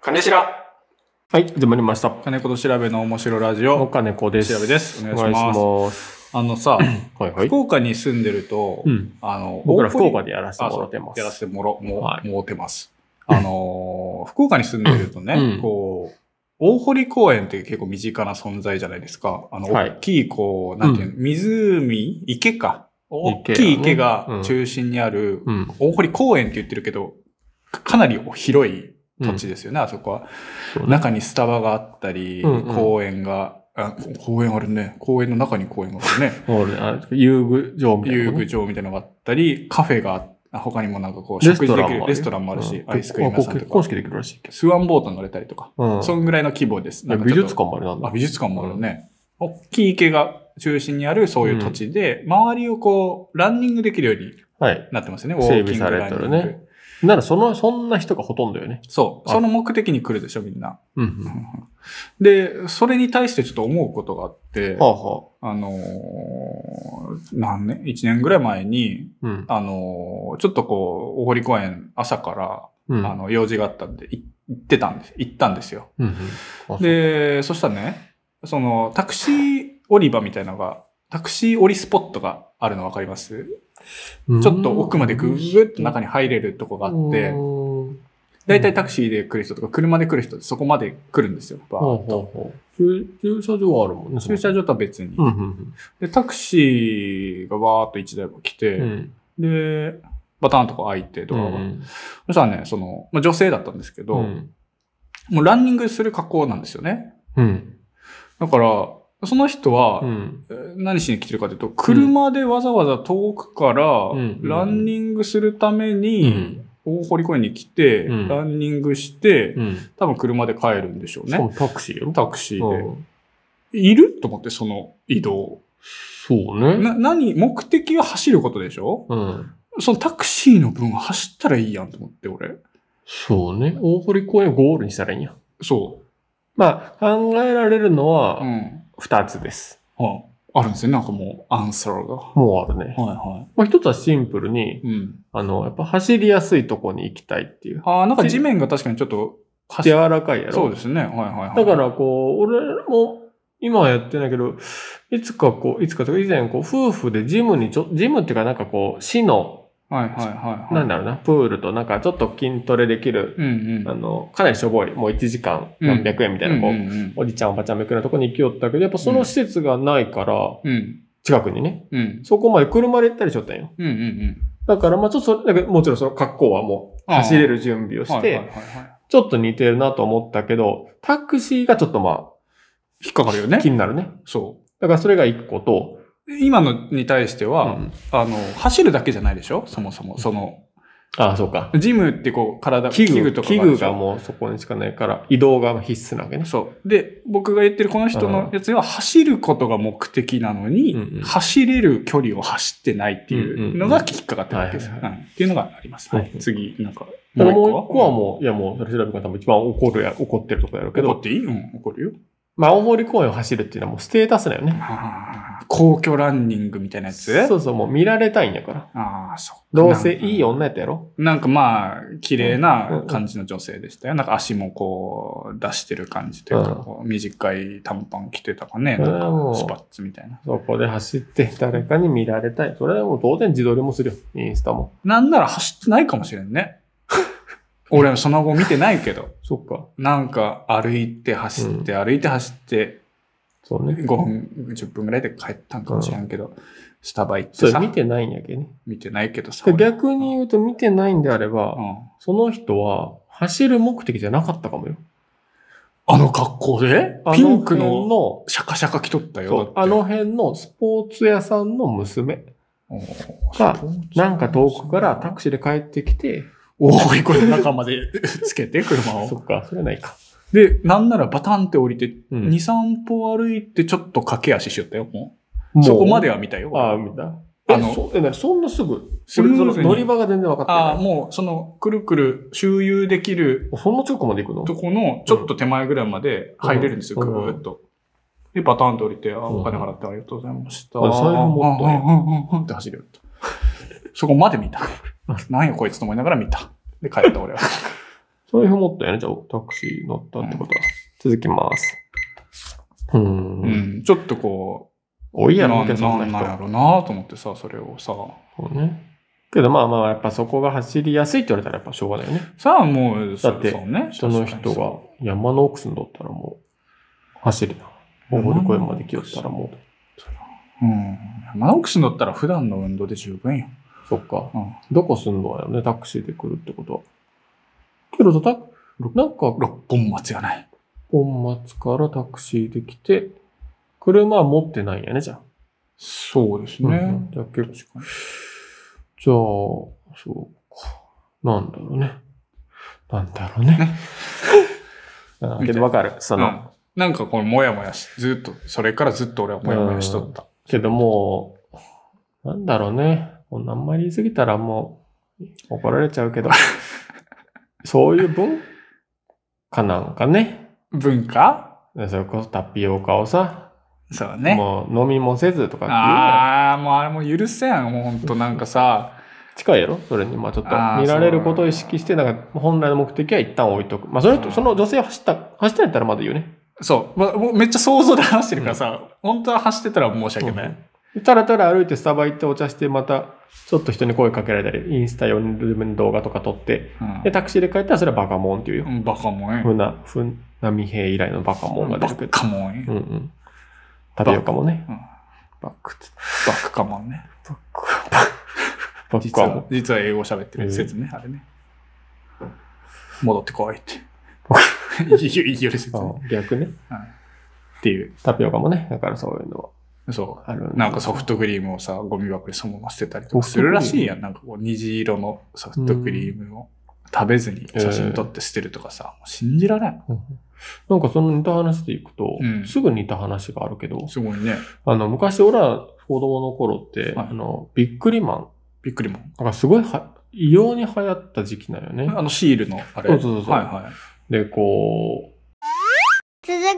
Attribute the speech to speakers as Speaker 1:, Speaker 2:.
Speaker 1: 金しら
Speaker 2: はい、始まりました。
Speaker 3: 金子と調べの面白ラジ
Speaker 2: お
Speaker 3: オ。
Speaker 2: 金子です。
Speaker 3: 調べです
Speaker 2: お
Speaker 3: お
Speaker 2: 願い
Speaker 3: 願い
Speaker 2: し
Speaker 3: します
Speaker 2: ます。
Speaker 3: あのさ、
Speaker 2: はいはい
Speaker 3: 福。岡に住んでると、
Speaker 2: うん。
Speaker 3: あの、
Speaker 2: 僕ら
Speaker 3: 大
Speaker 2: 福
Speaker 3: 堀
Speaker 2: 岡でやらせて
Speaker 3: あ
Speaker 2: も
Speaker 3: そう
Speaker 2: らってます。
Speaker 3: やらせてもろ、も、
Speaker 2: はい
Speaker 3: もうてます。あのー、福岡に住んでるとね、
Speaker 2: うん
Speaker 3: こう、大堀公園って結構身近な存在じゃないですか。あの、
Speaker 2: はい
Speaker 3: 大きい、こう、なんていうの、湖、池か。大きい池が中心にある、
Speaker 2: うん。
Speaker 3: 大堀公園って言ってるけど、かかなり広い土地ですよね、あそこは。
Speaker 2: そうね
Speaker 3: 中にスタバがあったり、
Speaker 2: うんうん
Speaker 3: 公園が、あ公園あるね。公園の中に公園があ るね。
Speaker 2: 俺あ遊具場みたいな
Speaker 3: 遊
Speaker 2: のね。
Speaker 3: 具場みたいなのがあったり、カフェがあ他にもなんかこう、
Speaker 2: レ
Speaker 3: 食
Speaker 2: スト
Speaker 3: 事で
Speaker 2: ラ
Speaker 3: き
Speaker 2: ン
Speaker 3: る
Speaker 2: もあるよ。
Speaker 3: レストランもあるし、アイスクリーム
Speaker 2: あこ
Speaker 3: 屋さ
Speaker 2: うん結
Speaker 3: と
Speaker 2: 婚
Speaker 3: か、
Speaker 2: 式できるらしいけ
Speaker 3: スワンボート乗れたりとか、
Speaker 2: ど。うん。
Speaker 3: そんぐらいの規模です。なんかちょ
Speaker 2: 美
Speaker 3: っと
Speaker 2: 術館もあれなんだ
Speaker 3: あ、。美術館もあるね。大きい池が中心にあるそういう土地で、周りをこう、ランニングできるように
Speaker 2: はい。
Speaker 3: なってますね、ウォ
Speaker 2: 整
Speaker 3: ーキ
Speaker 2: 備
Speaker 3: ング
Speaker 2: され
Speaker 3: ラン
Speaker 2: て
Speaker 3: ニン
Speaker 2: る
Speaker 3: グ。
Speaker 2: ねなら、その、そんな人がほとんどよね。
Speaker 3: そう。
Speaker 2: あ
Speaker 3: その目的に来るでしょ、みんな。
Speaker 2: うんうん。
Speaker 3: で、それに対してちょっと思うことがあって、
Speaker 2: はあは
Speaker 3: あのー何年 ?1 年ぐらい前に、
Speaker 2: あ。うん。
Speaker 3: あのーちょっとこう、大堀公園朝から、
Speaker 2: うん。
Speaker 3: あの、用事があったんで、い行ってたんです。行ったんですよ。
Speaker 2: うんうん、あ、そう
Speaker 3: で、そしたらね、その、タクシー降り場みたいなのが、タクシー降りスポットがあるの分かりますちょっと奥までぐーっと中に入れるとこがあって、
Speaker 2: うん
Speaker 3: だいたいタクシーで来る人とか、車で来る人ってそこまで来るんですよ、バ
Speaker 2: はあは
Speaker 3: ーッと。
Speaker 2: あはあ駐駐車場はあるもんね。
Speaker 3: 駐車場とは別に。
Speaker 2: うんうん
Speaker 3: で、タクシーがわーっと1台も来て、
Speaker 2: うん。うん。
Speaker 3: で、バタンとこ開いて、ドアが。そしたらね、その、まあ、女性だったんですけど、
Speaker 2: うん。
Speaker 3: もうランニングする格好なんですよね。
Speaker 2: うん。
Speaker 3: だから、その人は、
Speaker 2: うん。
Speaker 3: えー何しに来てるかというと、車でわざわざ遠くから
Speaker 2: ん、
Speaker 3: ランニングするため
Speaker 2: う
Speaker 3: に、
Speaker 2: ん。
Speaker 3: 大堀公園に来て、
Speaker 2: うん
Speaker 3: ランニングして、
Speaker 2: うん。
Speaker 3: 多分車で帰るんでしょう
Speaker 2: しか
Speaker 3: ね。
Speaker 2: もタクシーよ。
Speaker 3: タクシーで。
Speaker 2: うん
Speaker 3: いると思って、その移動。
Speaker 2: そうね。
Speaker 3: な、何目的は走ることでしょ
Speaker 2: うん。
Speaker 3: そのタクシーの分走ったらいいやんと思って、俺。
Speaker 2: そうね。大堀公園をゴールにしたらいいんや。
Speaker 3: そ
Speaker 2: まあ、考えられるの
Speaker 3: う。う
Speaker 2: は
Speaker 3: ん。
Speaker 2: 二つです。
Speaker 3: はいあるんですよ。なんかもう、アンサーが。は
Speaker 2: もうあるね
Speaker 3: い。は
Speaker 2: まあ、一つはシンプルに、
Speaker 3: い。うん。
Speaker 2: あの、やっぱ走りやすいとこに行きたいっていう。
Speaker 3: ああ、なんか地面が確かにちょっと走
Speaker 2: 柔
Speaker 3: っ
Speaker 2: らかいやろ。
Speaker 3: そうですね。はいはいはい。
Speaker 2: だから、こう、俺も、今はやってないけど、いつかこう、いつかとか、以前、こう、夫婦でジムにちょ、ジムっていうかなんかこう、市の、
Speaker 3: はいはいはい、はい。
Speaker 2: なんだろうな、プールとなんかちょっと筋トレできる、
Speaker 3: うんうん。
Speaker 2: あの、かなりしょぼい、もう1時間何百円みたいな、こう
Speaker 3: う、んうん
Speaker 2: おじちゃんおばちゃんめくらいのとこに行きよったけど、やっぱその施設がないから、
Speaker 3: うん。うん。
Speaker 2: 近くにね、
Speaker 3: うん。
Speaker 2: そこまで車で行ったりしよったんよ。
Speaker 3: うんうんうん。
Speaker 2: だから、まあちょっとそれ、だけどもちろんその格好はもう、
Speaker 3: ああ
Speaker 2: 走れる準備をし
Speaker 3: はい
Speaker 2: て、
Speaker 3: はいはいはい
Speaker 2: ちょっと似てるなと思ったけど、タクシーがちょっとま
Speaker 3: 引っかかるよ
Speaker 2: あ、
Speaker 3: ね
Speaker 2: 気。になるね。
Speaker 3: そ
Speaker 2: だからそれが一個と、
Speaker 3: う。今のに対して
Speaker 2: あ
Speaker 3: は、あの、走るだけじゃないでしょそもそも。その、
Speaker 2: ああ、そうか。
Speaker 3: ジムってこう、体、
Speaker 2: 器具
Speaker 3: とか
Speaker 2: 器
Speaker 3: あるで
Speaker 2: 具
Speaker 3: しょ
Speaker 2: がもうそこにしかないから、移動が必須なわけね。
Speaker 3: そう。で、僕が言ってるこの人のやつは、走ることが目的なのに、
Speaker 2: うんうん
Speaker 3: 走れる距離を走ってないっていうのが引っかかってるわけです。
Speaker 2: う
Speaker 3: うん
Speaker 2: うんんうん
Speaker 3: っていうのがあります。
Speaker 2: は
Speaker 3: はいい。次、なんか、
Speaker 2: だからもう一
Speaker 3: もう一
Speaker 2: 個
Speaker 3: 個
Speaker 2: は
Speaker 3: は
Speaker 2: もう、いやもう、それ調べ方も一番怒るや、怒ってるとこやろうけ
Speaker 3: 怒っ
Speaker 2: ど、
Speaker 3: ていいうん、怒るよ。
Speaker 2: まあ、大森公園を走るっていうのはもうステータスだよね。
Speaker 3: あー皇居ランニングみたいなやつ
Speaker 2: そうそう、もう見られたいんやから。
Speaker 3: ああ、そう。
Speaker 2: どうせいい。女やったやろ
Speaker 3: なんかまあ、綺麗
Speaker 2: うんう
Speaker 3: なん感じの女性でしたよ。なんか足もこう、出してる感じというか、
Speaker 2: うん
Speaker 3: こう短い短パン着てたかね。なん
Speaker 2: それはもう
Speaker 3: かスパッツみたいな。
Speaker 2: そこで走って誰かに見られたい。それはもう当然自撮りもするよ。インスタも。
Speaker 3: なんなら走ってないかもしれんね。 俺はその後見てないけど。
Speaker 2: そっか。
Speaker 3: なんか歩いて走って、歩いて走って、
Speaker 2: そうね。
Speaker 3: 5分、10分ぐらいで帰ったんかもしれんけど、スタバ行って
Speaker 2: それ
Speaker 3: さ、
Speaker 2: 見てないんやけね。
Speaker 3: 見てないけどさ。
Speaker 2: で
Speaker 3: 俺
Speaker 2: 逆に言うと見てないんであれば、
Speaker 3: うん
Speaker 2: その人は走る目的じゃなかったかもよ。
Speaker 3: あの格好で
Speaker 2: あ
Speaker 3: ピンク
Speaker 2: 辺
Speaker 3: の
Speaker 2: の
Speaker 3: シャカシャカ着とっ
Speaker 2: そ
Speaker 3: たよ
Speaker 2: う。あの辺のスポーツ屋さんの娘が、なんか遠くからタクシーで帰ってきて、
Speaker 3: 大い声の中まで つけて、車
Speaker 2: そ
Speaker 3: を。
Speaker 2: っか、それないか。
Speaker 3: で、なんならバタンって降りて、
Speaker 2: う
Speaker 3: 2、
Speaker 2: ん
Speaker 3: 3歩歩いて、ちょっと駆け足しよったよ、も
Speaker 2: も
Speaker 3: う。
Speaker 2: う
Speaker 3: そこまでは見たよ。
Speaker 2: ああ、見た。
Speaker 3: あ
Speaker 2: え、
Speaker 3: の
Speaker 2: そえなにそんなすぐ、
Speaker 3: スムーズに
Speaker 2: 俺その乗り場が全然分か
Speaker 3: ああ、
Speaker 2: ってな
Speaker 3: もう、その、くるくる周遊できる
Speaker 2: い。そんな近くまで行くの
Speaker 3: とこの、ちょっと手前ぐらいまで入れるんですよ、
Speaker 2: う
Speaker 3: ぐ
Speaker 2: ん
Speaker 3: ーっと。で、バタンと降りて、あ
Speaker 2: うん
Speaker 3: お金払ってありがとうございました。
Speaker 2: あ財布持っとんや
Speaker 3: うんうんうんうんうんって走るよと。 そこまで見た。なんやこいつと思いながら見た。で、帰った俺は。
Speaker 2: そういうふうに思ったよね。じゃあ、タクシー乗ったってことは。続きます。うーん。
Speaker 3: うん。ちょっとこ
Speaker 2: 多
Speaker 3: う、
Speaker 2: いやろ、
Speaker 3: な
Speaker 2: お客
Speaker 3: ん
Speaker 2: さんな
Speaker 3: な
Speaker 2: ん人
Speaker 3: なんやろうなと思ってさ、それをさ。
Speaker 2: そうね。けどまあまあ、やっぱそこが走りやすいって言われたらやっぱしょうがないよね。
Speaker 3: さあもう、そ
Speaker 2: だって
Speaker 3: そうね。
Speaker 2: その
Speaker 3: 確か
Speaker 2: 人が
Speaker 3: にそ
Speaker 2: 山の奥に乗ったらもう、走るな。大堀公園まで来よったらもう、
Speaker 3: う。うん。山奥市乗ったら普段の運動で十分よ。
Speaker 2: そっか。
Speaker 3: うん。
Speaker 2: どこ住んのやろね、タクシーで来るってことは。けどさ、タクなんか、
Speaker 3: 六本松やない。
Speaker 2: 本松からタクシーで来て、車は持ってないんやね、じゃあ。
Speaker 3: そうです
Speaker 2: うん
Speaker 3: ね。
Speaker 2: じゃあ結構
Speaker 3: 確かに
Speaker 2: じゃあ、そうか。なんだろうね。なんだろうね。あーけどわかる。その、
Speaker 3: うんなんかこのもやもやし、ずっと、それからずっと俺はもやもやしとった。
Speaker 2: けどもう、なんだろうね。こんなあんまり言い過ぎたらもう怒られちゃう けど、そういう文化なんかね。
Speaker 3: 文化
Speaker 2: それこそタピオカをさ、
Speaker 3: そうね。
Speaker 2: もう飲みもせずとかっていうのは
Speaker 3: ああ、もうあれもう許せん。もうほんとなんかさ、
Speaker 2: 近いやろそれに、まあちょっと
Speaker 3: あー
Speaker 2: 見られることを意識して、なんか本来の目的は一旦置いとく。まあそれと、その女性は走った、走ったんやったらまだ言うね。
Speaker 3: そう、ま、もうめっちゃ想像で話してるからさ、本当は走ってたら申し訳ない。
Speaker 2: うんたらたら歩いてスタバ行ってお茶して、またちょっと人に声かけられたり、インスタ用に動画とか撮って、
Speaker 3: うん
Speaker 2: で、タクシーで帰ったらそれはバカモンっていうよ
Speaker 3: う。んバカもんや。
Speaker 2: ふな、ふなみへい以来のバカモンが
Speaker 3: バ
Speaker 2: 出てくる。
Speaker 3: カもんや。
Speaker 2: う
Speaker 3: バ
Speaker 2: んうん。タピオカもね
Speaker 3: うん。
Speaker 2: バックって。
Speaker 3: カかもんね。
Speaker 2: バック、バック、バック
Speaker 3: 実
Speaker 2: はも
Speaker 3: は
Speaker 2: う、
Speaker 3: 実は英語喋ってる説ね、あれね。戻ってこい って。い許せてね
Speaker 2: あ逆ね。
Speaker 3: っていう。
Speaker 2: タピオカもね。だからそういうのは
Speaker 3: そ
Speaker 2: ある
Speaker 3: う。なんかソフトクリームをさ、ゴミ箱にそのまま捨てたりとかするらしいやん。なんかこう、虹色のソフトクリームを食べずに写真撮って捨てるとかさ、もう信じられん。
Speaker 2: うんなんかその似た話でいくと、
Speaker 3: うん
Speaker 2: すぐ似た話があるけど、
Speaker 3: すごいね。
Speaker 2: あの、昔俺ら子供の頃って、
Speaker 3: はい
Speaker 2: あの、ビックリマン
Speaker 3: びっくりもん。
Speaker 2: なんかすごいは異様に流行った時期なのよね。
Speaker 3: あのシールのあれ。
Speaker 2: そうそうそうそう
Speaker 3: はいはい。
Speaker 2: で、こ
Speaker 1: 続くよ